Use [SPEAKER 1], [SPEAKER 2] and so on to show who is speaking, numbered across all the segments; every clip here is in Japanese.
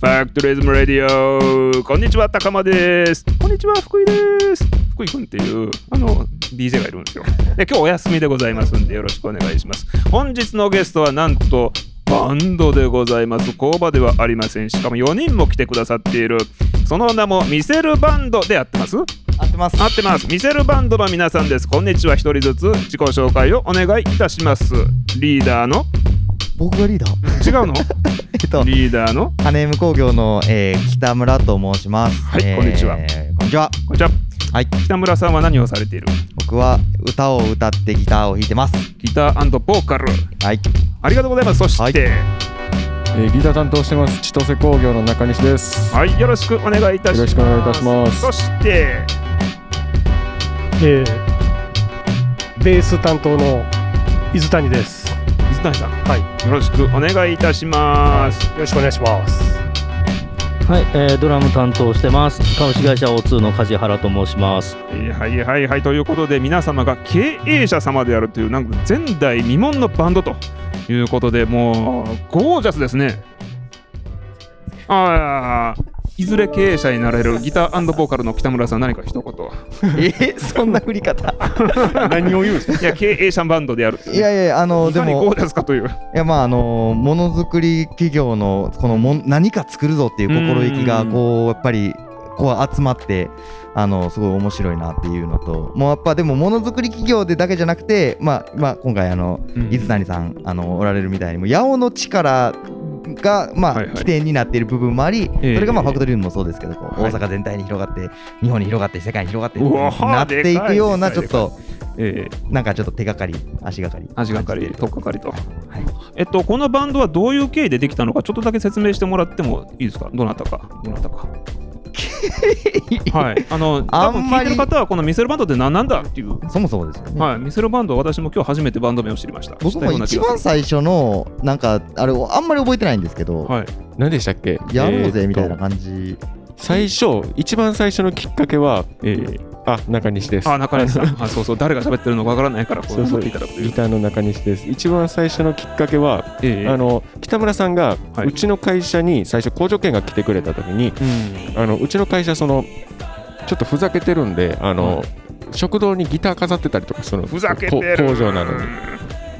[SPEAKER 1] ファクトリズムレディオこんにちは高間ですこんにちは福井です福井くんっていうあの DJ がいるんですよで今日お休みでございますんでよろしくお願いします本日のゲストはなんとバンドでございます工場ではありませんしかも4人も来てくださっているその名もミセルバンドでやってます
[SPEAKER 2] 合ってます
[SPEAKER 1] 合ってますミセルバンドの皆さんですこんにちは一人ずつ自己紹介をお願いいたしますリーダーの
[SPEAKER 2] 僕がリーダー
[SPEAKER 1] 違うの
[SPEAKER 2] えっと
[SPEAKER 1] リーダーの
[SPEAKER 2] 羽根向工業の、えー、北村と申します
[SPEAKER 1] はい
[SPEAKER 2] えー
[SPEAKER 1] こんにちは
[SPEAKER 2] こんにちは
[SPEAKER 1] こちら
[SPEAKER 2] はい
[SPEAKER 1] 北村さんは何をされている
[SPEAKER 2] 僕は歌を歌ってギターを弾いてます
[SPEAKER 1] ギターボーカル
[SPEAKER 2] はい
[SPEAKER 1] ありがとうございますそして、
[SPEAKER 2] は
[SPEAKER 1] はいい
[SPEAKER 3] えー、ギター担当してます千歳工業の中西です。
[SPEAKER 1] よろしくお願いいたします
[SPEAKER 3] よろしくお願いいたします
[SPEAKER 1] そして
[SPEAKER 4] えー、ベース担当の伊豆谷です。
[SPEAKER 1] 水谷さん
[SPEAKER 4] はい、
[SPEAKER 1] よろしくお願いいたします
[SPEAKER 4] よろしくお願いします。
[SPEAKER 5] はい、えードラム担当してます株式会社 O2 の梶原と申します
[SPEAKER 1] えーはいはいはいということで皆様が経営者様であるというなんか前代未聞のバンドということでもうゴージャスですねああいずれ経営者になれるギターボーカルの北村さん何か一言
[SPEAKER 2] えー、そんな振り方
[SPEAKER 3] 何を言うんですか。
[SPEAKER 1] いや経営者バンドである
[SPEAKER 2] いやいやいやあの
[SPEAKER 1] い
[SPEAKER 2] で
[SPEAKER 1] かにゴ
[SPEAKER 2] も
[SPEAKER 1] ージャスかという
[SPEAKER 2] いやまああのものづくり企業のこのもん何か作るぞっていう心意気が
[SPEAKER 1] うん
[SPEAKER 2] こうやっぱりこう集まってあのすごい面白いなっていうのともうやっぱでもものづくり企業でだけじゃなくてまあまあ今回あの
[SPEAKER 1] うん
[SPEAKER 2] 伊豆谷さんあのおられるみたいにもう八尾の力がまあ、
[SPEAKER 1] はいはい
[SPEAKER 2] 起点になっている部分もあり、
[SPEAKER 1] ええ
[SPEAKER 2] それがまあファクトリウムもそうですけど、こう
[SPEAKER 1] はい
[SPEAKER 2] 大阪全体に広がって日本に広がって世界に広がって
[SPEAKER 1] うわー
[SPEAKER 2] なっていくような
[SPEAKER 1] で
[SPEAKER 2] ち
[SPEAKER 1] か
[SPEAKER 2] ょ
[SPEAKER 1] いでか
[SPEAKER 2] っ
[SPEAKER 1] い
[SPEAKER 2] と
[SPEAKER 1] ええ
[SPEAKER 2] なんかちょっと手がかり足がかり
[SPEAKER 1] 足がかり、とっかかりと。
[SPEAKER 2] はい、
[SPEAKER 1] えっと、このバンドはどういう経緯でできたのか、ちょっとだけ説明してもらってもいいですか、どなたか、どなたか。はい、あの、
[SPEAKER 2] あ
[SPEAKER 1] 多分
[SPEAKER 2] んま
[SPEAKER 1] 聞い
[SPEAKER 2] り
[SPEAKER 1] てる方は、このミセルバンドって何なんだっていう。
[SPEAKER 2] そもそもですよね、
[SPEAKER 1] はい、ミセルバンドは私も今日初めてバンド名を知りました。
[SPEAKER 2] 僕も一番
[SPEAKER 1] 知っ
[SPEAKER 2] 最初のなんかあれをあんまり覚えてないんですけど、
[SPEAKER 1] たような気がする
[SPEAKER 3] 何でしたっけ。
[SPEAKER 2] やろうぜみたいな
[SPEAKER 3] えーっと。
[SPEAKER 2] 感じ、
[SPEAKER 3] 最初、一番最初のきっかけは、
[SPEAKER 1] はい、え
[SPEAKER 3] あ、中西で
[SPEAKER 1] え
[SPEAKER 3] す。
[SPEAKER 1] あ、中 西さん、あ、そうそう、誰が喋ってるのかわからないから、こう、思っていただくとい
[SPEAKER 3] ギ
[SPEAKER 1] う。
[SPEAKER 3] ターの中西です。一番最初のきっかけは、
[SPEAKER 1] ええ
[SPEAKER 3] あの北村さんが、
[SPEAKER 1] はいう
[SPEAKER 3] ちの会社に最初工場見学来てくれた時に、
[SPEAKER 1] うん、
[SPEAKER 3] あのうちの会社そのちょっとふざけてるんで、あの、
[SPEAKER 1] は
[SPEAKER 3] 食堂にギター飾ってたりとかその
[SPEAKER 1] ふざけてる。
[SPEAKER 3] 工場なのに。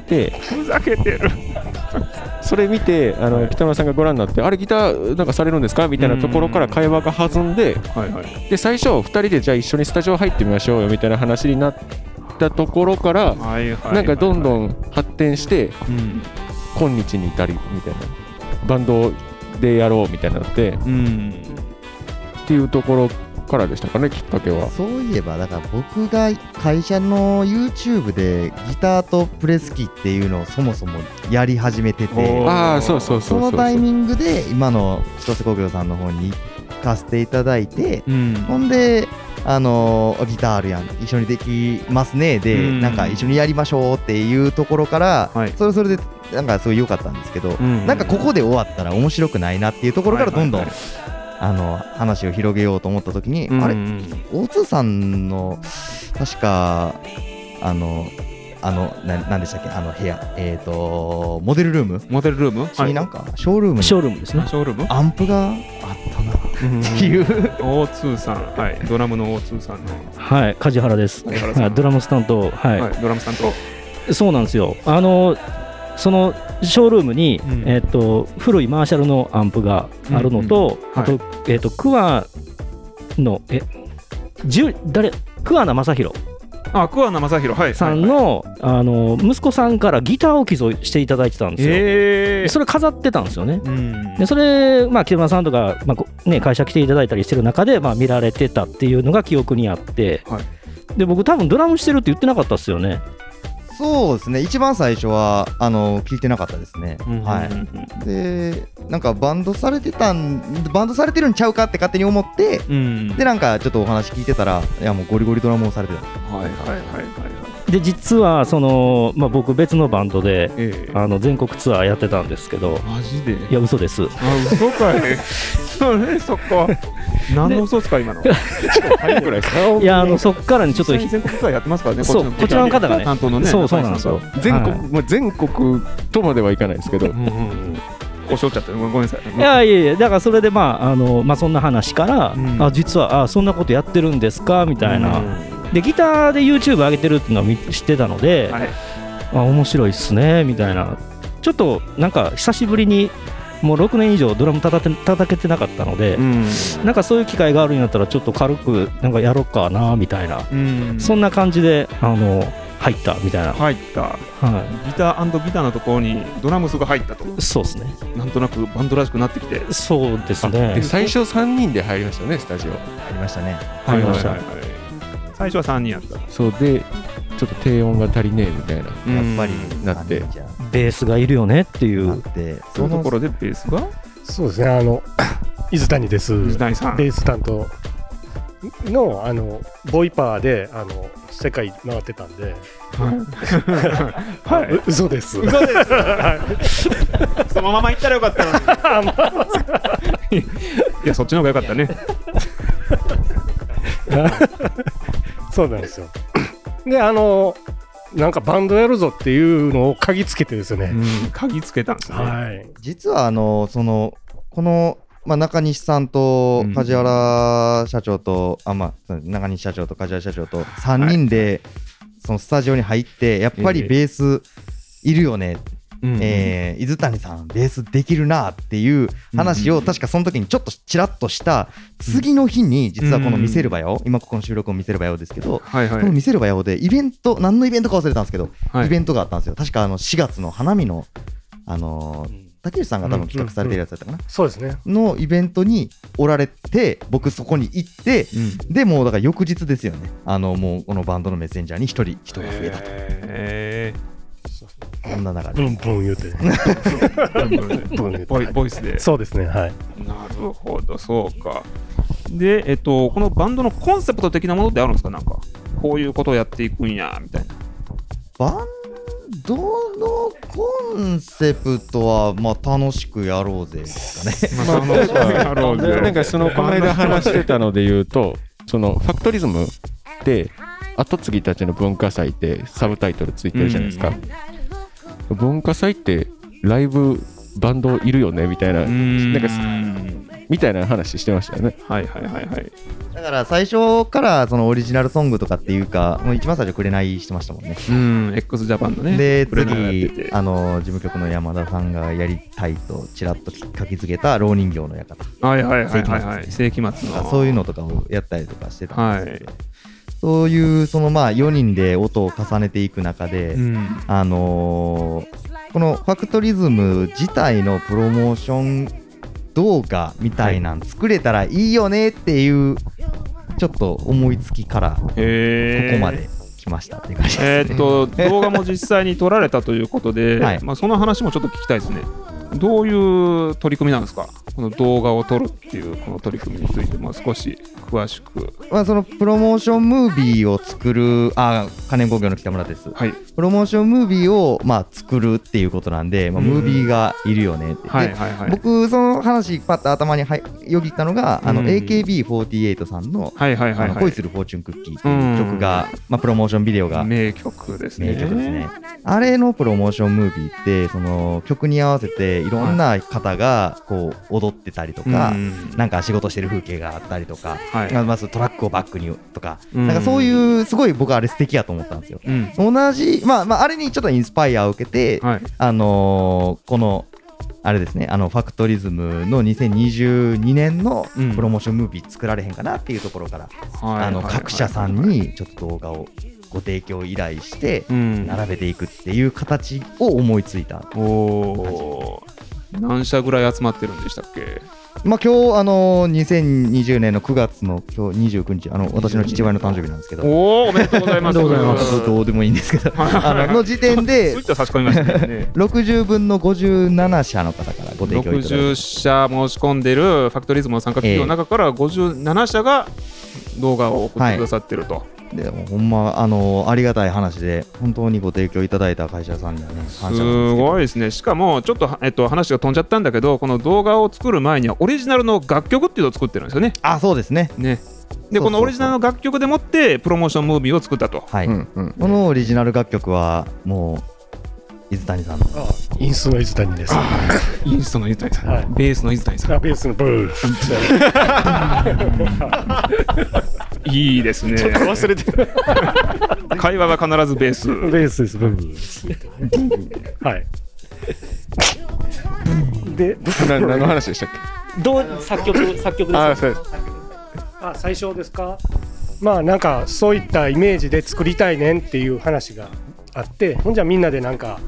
[SPEAKER 3] で、
[SPEAKER 1] ふざけてる。
[SPEAKER 3] それ見てあの北村さんがご覧になってあれギターなんかされるんですかみたいなところから会話が弾んで
[SPEAKER 1] はいはい。
[SPEAKER 3] で最初2人でじゃあ一緒にスタジオ入ってみましょうよみたいな話になったところから
[SPEAKER 1] はいはい。
[SPEAKER 3] なんかどんど
[SPEAKER 1] ん。
[SPEAKER 3] ん発展して
[SPEAKER 1] うん。
[SPEAKER 3] 今日に至りみたいなバンドでやろうみたいになって
[SPEAKER 1] うん。
[SPEAKER 3] っていうところからでしたかねきっかけは。
[SPEAKER 2] そういえばだから僕が会社の YouTube でギターとプレス機っていうのをそもそもやり始めて
[SPEAKER 1] お
[SPEAKER 2] て
[SPEAKER 1] ー
[SPEAKER 3] ああそうそうそ
[SPEAKER 2] そう
[SPEAKER 3] そ
[SPEAKER 2] の
[SPEAKER 3] うそう
[SPEAKER 2] タイミングで今の千歳工業さんの方に行かせていただいて
[SPEAKER 1] うん。
[SPEAKER 2] ほんであのーギターあるやん一緒にできますねで、
[SPEAKER 1] うん
[SPEAKER 2] なんか一緒にやりましょうっていうところから、
[SPEAKER 1] はい
[SPEAKER 2] それはそれでなんかすごい良かったんですけど、
[SPEAKER 1] うん
[SPEAKER 2] なんかここで終わったら面白くないなっていうところからどんどん、
[SPEAKER 1] はいはい
[SPEAKER 2] あの話を広げようと思った時に、あれ
[SPEAKER 1] うん
[SPEAKER 2] 大津さんの確かあのあのななんでしたっけあの部屋えっ、とモデルルーム
[SPEAKER 1] モデルルーム
[SPEAKER 2] になんかショールーム
[SPEAKER 5] シ
[SPEAKER 2] に
[SPEAKER 5] ョールームですね
[SPEAKER 1] ショールーム
[SPEAKER 2] アンプがあったなっ
[SPEAKER 1] って
[SPEAKER 2] て
[SPEAKER 1] いう
[SPEAKER 2] いう
[SPEAKER 1] O2 さん、はい、ドラムの O2 さんの、
[SPEAKER 5] はい梶原です
[SPEAKER 1] 梶原さん
[SPEAKER 5] はいドラムスタンドはい、
[SPEAKER 1] はい、ドラムさんと、
[SPEAKER 5] そうなんですよあのそのショールームに、
[SPEAKER 1] うん
[SPEAKER 5] えっと古いマーシャルのアンプがあるのと、
[SPEAKER 1] うんうん
[SPEAKER 5] あと、えっとクワのえじゅ誰桑名正宏
[SPEAKER 1] あ、桑名正宏、はい、
[SPEAKER 5] さん
[SPEAKER 1] はいはい
[SPEAKER 5] の,、あの息子さんからギターを寄贈していただいてたんですよ、
[SPEAKER 1] えー、
[SPEAKER 5] それ飾ってたんですよね、
[SPEAKER 1] うん
[SPEAKER 5] でそれ、まあ、北村さんとか、まあこね、会社来ていただいたりしてる中で、まあ、見られてたっていうのが記憶にあって、
[SPEAKER 1] はい
[SPEAKER 5] で僕多分ドラムしてるって言ってなかったっすよね
[SPEAKER 2] そうですね一番最初はあの聞いてなかったですね、
[SPEAKER 1] うん
[SPEAKER 2] はいでなんかバンドされてたんバンドされてるんちゃうかって勝手に思って
[SPEAKER 1] うん、
[SPEAKER 2] でなんかちょっとお話聞いてたらいやもうゴリゴリドラムをされてた
[SPEAKER 1] はいはいはいはいはい、
[SPEAKER 5] で実はその、まあ、僕別のバンドで
[SPEAKER 1] えー、
[SPEAKER 5] あの全国ツアーやってたんですけど
[SPEAKER 1] マジで、
[SPEAKER 5] いや嘘です
[SPEAKER 1] あ、嘘か い、それそこ、何の嘘ですか今 の、
[SPEAKER 3] 早い くらいです
[SPEAKER 5] いやあのそっからにちょっと
[SPEAKER 1] 実際に全国ツアーやってますからね、
[SPEAKER 5] そうこちらの方がね
[SPEAKER 1] 担当のね、
[SPEAKER 5] そうそうなんですよ
[SPEAKER 1] 中
[SPEAKER 3] 全
[SPEAKER 5] は
[SPEAKER 3] 国
[SPEAKER 5] い
[SPEAKER 3] まあ全国とまではいかないですけど
[SPEAKER 1] 井さんと、うんうんうんおっしゃっちゃったごめんなさい。
[SPEAKER 5] いやいやいやだからそれでまああの、まあ、そんな話から、
[SPEAKER 1] うん
[SPEAKER 5] あ実はあそんなことやってるんですかみたいな、でギターで YouTube 上げてるっていうのは見知ってたので、
[SPEAKER 1] はい
[SPEAKER 5] あ面白いっすねみたいなちょっとなんか久しぶりにもう6年以上ドラム叩け叩けてなかったので、
[SPEAKER 1] うん
[SPEAKER 5] なんかそういう機会があるんやったらちょっと軽くなんかやろうかなみたいな、
[SPEAKER 1] うん
[SPEAKER 5] そんな感じであの入ったみたいな、
[SPEAKER 1] 入った
[SPEAKER 5] は
[SPEAKER 1] ギターギターのところにドラムスが入ったと
[SPEAKER 5] い、そうですね
[SPEAKER 1] なんとなくバンドらしくなってきて
[SPEAKER 5] そうですね
[SPEAKER 3] で最初3人で入りましたよねスタジオ
[SPEAKER 2] ありましたね。
[SPEAKER 5] 入りました、
[SPEAKER 1] はいはいはいはい最初は3人やったや
[SPEAKER 3] そうでちょっと低音が足りねえみたいな
[SPEAKER 2] やっぱり
[SPEAKER 3] なって
[SPEAKER 2] 感じじゃん
[SPEAKER 5] ベースがいるよねってい
[SPEAKER 2] なっ
[SPEAKER 5] う
[SPEAKER 2] て、
[SPEAKER 1] そのとこ
[SPEAKER 2] ろ
[SPEAKER 1] ろでベースが
[SPEAKER 4] そうですね、あ の、水谷です。
[SPEAKER 1] 水谷さん
[SPEAKER 4] ベース担当の、あの、ボイパーで、あの、世界回ってたんで、
[SPEAKER 1] はい、は
[SPEAKER 4] う嘘です。
[SPEAKER 1] い、そのまま行ったらよかったのに いやそっちの方がよかったね
[SPEAKER 4] そうなんですよ。で、あの、なんかバンドやるぞっていうのを嗅ぎつけてです
[SPEAKER 1] う
[SPEAKER 4] ね。
[SPEAKER 1] ん鍵つけたんですね、
[SPEAKER 4] はい。
[SPEAKER 2] 実はあのそのこの、まあ、中西さんと
[SPEAKER 1] うん
[SPEAKER 2] 梶原社長と、あまあそう中西社長と梶原社長と3人で、そのスタジオに入ってやっぱ
[SPEAKER 1] え
[SPEAKER 2] り
[SPEAKER 1] え
[SPEAKER 2] ベースいるよね、
[SPEAKER 1] うん
[SPEAKER 2] えー伊豆谷さんベースできるなっていう話
[SPEAKER 1] うん
[SPEAKER 2] を確かその時にちょっとちらっとした次の日に実はこの「見せる場よ」今ここの収録を「見せる場よ」ですけど、
[SPEAKER 1] はいはい
[SPEAKER 2] この「見せる場よ」でイベント何のイベントか忘れたんですけど、
[SPEAKER 1] はい
[SPEAKER 2] イベントがあったんですよ確かあの4月の花見のあのー竹内さんが多分企画されてるやつだったかな、
[SPEAKER 4] そうですね。
[SPEAKER 2] のイベントにおられて僕そこに行って
[SPEAKER 1] うん
[SPEAKER 2] でもうだから翌日ですよねあのもうこのバンドのメッセンジャーに一人人が増えた
[SPEAKER 1] え
[SPEAKER 2] こんな流
[SPEAKER 4] ブ
[SPEAKER 2] れ
[SPEAKER 4] ンブン言うて。
[SPEAKER 1] ーボイ ボイスで
[SPEAKER 4] そうですね。はい。
[SPEAKER 1] なるほど、そうか。で、えっと、このバンドのコンセプト的なものってあるんですかなんか、こういうことをやっていくんや、みたいな。
[SPEAKER 2] バンドのコンセプトはまあ楽しくやろうぜですか ね
[SPEAKER 1] まあ、なるほど。
[SPEAKER 3] なんかそのこの間話してたので言うとそのファクトリズムって後継ぎたちの文化祭ってサブタイトルついてるじゃないですか、文化祭ってライブバンドいるよねみたいな、
[SPEAKER 1] うん、
[SPEAKER 3] なんか
[SPEAKER 1] は
[SPEAKER 3] みたいな話してましたよね
[SPEAKER 1] いはいはいはい。
[SPEAKER 2] だから最初からそのオリジナルソングとかっていうかもう一番最初くれないしてましたもんね
[SPEAKER 1] うん、x ジャパンのね。
[SPEAKER 2] で
[SPEAKER 1] プレナーやって
[SPEAKER 2] 次
[SPEAKER 1] て
[SPEAKER 2] あの事務局の山田さんがやりたいとちらっと書きつけた「老人形の館」
[SPEAKER 1] はいはいはいはいは
[SPEAKER 2] 世紀末
[SPEAKER 1] い。
[SPEAKER 2] です
[SPEAKER 1] 世紀末
[SPEAKER 2] とか
[SPEAKER 1] の。
[SPEAKER 2] そういうのとかをやったりとかしてた
[SPEAKER 1] は
[SPEAKER 2] んです
[SPEAKER 1] い
[SPEAKER 2] け。ど、そういうそのまあ4人で音を重ねていく中で、
[SPEAKER 1] うん。
[SPEAKER 2] あのーこのファクトリズム自体のプロモーション動画みたいなん作れたらいいよねっていうちょっと思いつきからこ
[SPEAKER 1] へー
[SPEAKER 2] こまで来ましたっていう感じ
[SPEAKER 1] え
[SPEAKER 2] で
[SPEAKER 1] ーっ
[SPEAKER 2] すね。
[SPEAKER 1] と動画も実際に撮られたということで、
[SPEAKER 2] はい
[SPEAKER 1] まあ、その話もちょっと聞きたいですね。どういう取り組みなんですか、この動画を撮るっていうこの取り組みについて、もう少し詳しく。
[SPEAKER 2] まあそのプロモーションムービーを作るあ金工業の北村です。
[SPEAKER 1] はい、
[SPEAKER 2] プロモーションムービーをまあ作るっていうことなんで、まあ、ムービーがいるよねって。
[SPEAKER 1] はい、
[SPEAKER 2] で
[SPEAKER 1] はい、はい。
[SPEAKER 2] 僕その話パッと頭にはいよぎったのが、あの
[SPEAKER 1] うん
[SPEAKER 2] AKB48 さんの
[SPEAKER 1] はい、はい、
[SPEAKER 2] あ
[SPEAKER 1] はい、
[SPEAKER 2] の
[SPEAKER 1] は
[SPEAKER 2] 恋
[SPEAKER 1] い。
[SPEAKER 2] するフォーチュンクッキー」っていう曲が、まあ、プロモーションビデオが
[SPEAKER 1] 名曲ですね。
[SPEAKER 2] 名曲ですね。あれのプロモーションムービーってその曲に合わせていろんな方がこう踊ってたりとか、
[SPEAKER 1] うん
[SPEAKER 2] なんか仕事してる風景があったりとか、
[SPEAKER 1] はい
[SPEAKER 2] まあまずトラックをバックにとか、
[SPEAKER 1] うん
[SPEAKER 2] なんかそういうすごい僕はあれ素敵やと思ったんですよ。
[SPEAKER 1] うん、
[SPEAKER 2] 同じ、まあ、まああれにちょっとインスパイアを受けて、
[SPEAKER 1] はい、
[SPEAKER 2] あのーこのあれですねあのファクトリズムの2022年の
[SPEAKER 1] うん
[SPEAKER 2] プロモーションムービー作られへんかなっていうところから、
[SPEAKER 1] はい
[SPEAKER 2] あの
[SPEAKER 1] はい
[SPEAKER 2] 各社さんにちょっと動画をご提供依頼して
[SPEAKER 1] うん、
[SPEAKER 2] 並べていくっていう形を思いついた、
[SPEAKER 1] おおー、何社ぐらい集まってるんでしたっけ。
[SPEAKER 2] まあ、今日あの2020年の9月の今日29日あの私の父親の誕生日なんですけど
[SPEAKER 1] おお、おめでとうございます。
[SPEAKER 5] ありがとうございま
[SPEAKER 2] どうでもいいんですけ どあのの時点
[SPEAKER 1] スイ
[SPEAKER 2] で
[SPEAKER 1] ッチを差し込みましたね。
[SPEAKER 2] 60分の57社の方からご提供いただい
[SPEAKER 1] 60
[SPEAKER 2] て
[SPEAKER 1] 社申し込んでるファクトリズムの参加企業の中から57社が動画を送ってくださってると、
[SPEAKER 2] でもほんまあのありがたい話で本当にご提供いただいた会社さんにはね感謝
[SPEAKER 1] すご
[SPEAKER 2] い
[SPEAKER 1] いですねしかもちょっと、えっと、話が飛んじゃったんだけどこの動画を作る前にはオリジナルの楽曲っていうのを作ってるんですよね。
[SPEAKER 2] あそうですね
[SPEAKER 1] ね
[SPEAKER 2] そうそう
[SPEAKER 1] で
[SPEAKER 2] そう
[SPEAKER 1] このオリジナルの楽曲でもってプロモーションムービーを作ったと。
[SPEAKER 2] はい、
[SPEAKER 3] うんうん
[SPEAKER 2] このオリジナル楽曲はもう水谷さんの。
[SPEAKER 4] 因数の水谷です。
[SPEAKER 1] インストの水谷さん、
[SPEAKER 4] はい
[SPEAKER 1] ベースの水谷さ
[SPEAKER 4] あベースのブー。
[SPEAKER 1] んいいですね
[SPEAKER 4] 忘れてる。
[SPEAKER 1] 会話は必ずベース
[SPEAKER 4] ベースです、ブー。はい。で、
[SPEAKER 3] な何の話でしたっけ
[SPEAKER 5] どう作曲作曲
[SPEAKER 3] ああ
[SPEAKER 5] です
[SPEAKER 3] そうです
[SPEAKER 4] あ最初ですかまあなんかそういったイメージで作りたいねんっていう話があってほんじゃみんなでなんか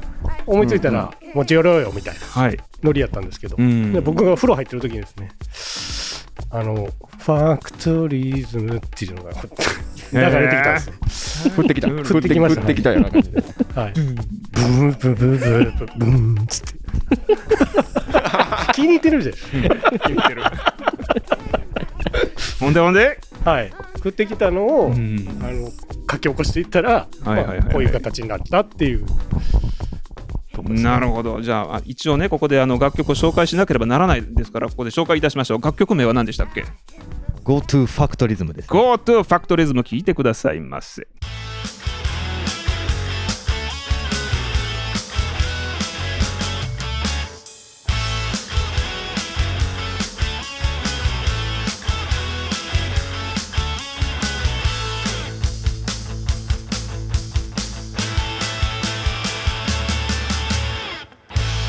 [SPEAKER 4] 思いついたら持ち寄ろうよみたいな
[SPEAKER 1] はい
[SPEAKER 4] ノリやったんですけど、
[SPEAKER 1] うん
[SPEAKER 4] で僕が風呂入ってる時にですねあのファクトリズムっていうのが流れてきたんですね、
[SPEAKER 3] 降ってきた
[SPEAKER 1] うん
[SPEAKER 4] 降ってきました
[SPEAKER 3] 降ってきたような感じで
[SPEAKER 4] はいブンブンブンブンブンブンブンっつって気に入ってるじゃ
[SPEAKER 1] 言ってるほんでほんで、
[SPEAKER 4] んはい食ってきたのを、
[SPEAKER 1] ん、
[SPEAKER 4] あの書き起こしていったら、
[SPEAKER 1] はいはいはいはい
[SPEAKER 4] まあこういう形になったっていう
[SPEAKER 1] なるほどじゃああ一応ねここであの楽曲を紹介しなければならないですからここで紹介いたしましょう楽曲名は何でしたっけ
[SPEAKER 2] GoTo ファクトリズムです。
[SPEAKER 1] Go to Factorism 聞いてくださいませ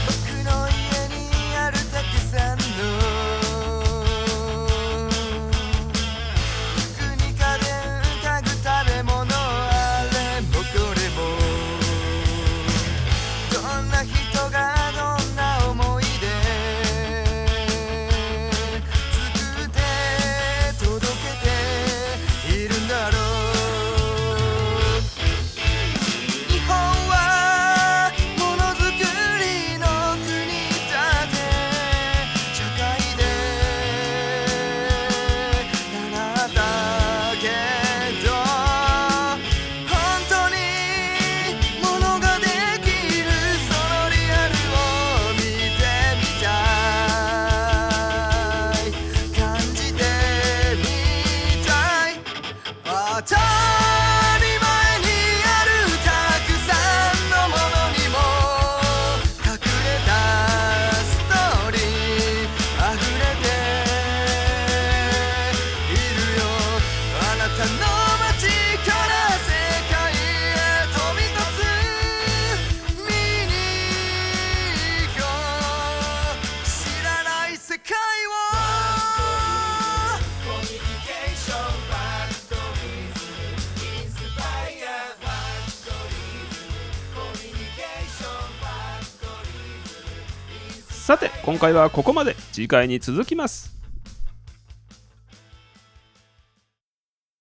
[SPEAKER 6] 僕の家にあるたくさんの服に家電家具食べ物あれもこれもどんな人がどんな思いで作って届けているんだろう日本はものづくりの国だね社会で習ったけど本当にものができるそのリアルを見てみたい感じてみたい当たり前にあるたくさんのものにも隠れたストーリー溢れているよあなたの街から世界へ飛び立つ見に行こう知らない世界を
[SPEAKER 1] さて今回はここまで次回に続きます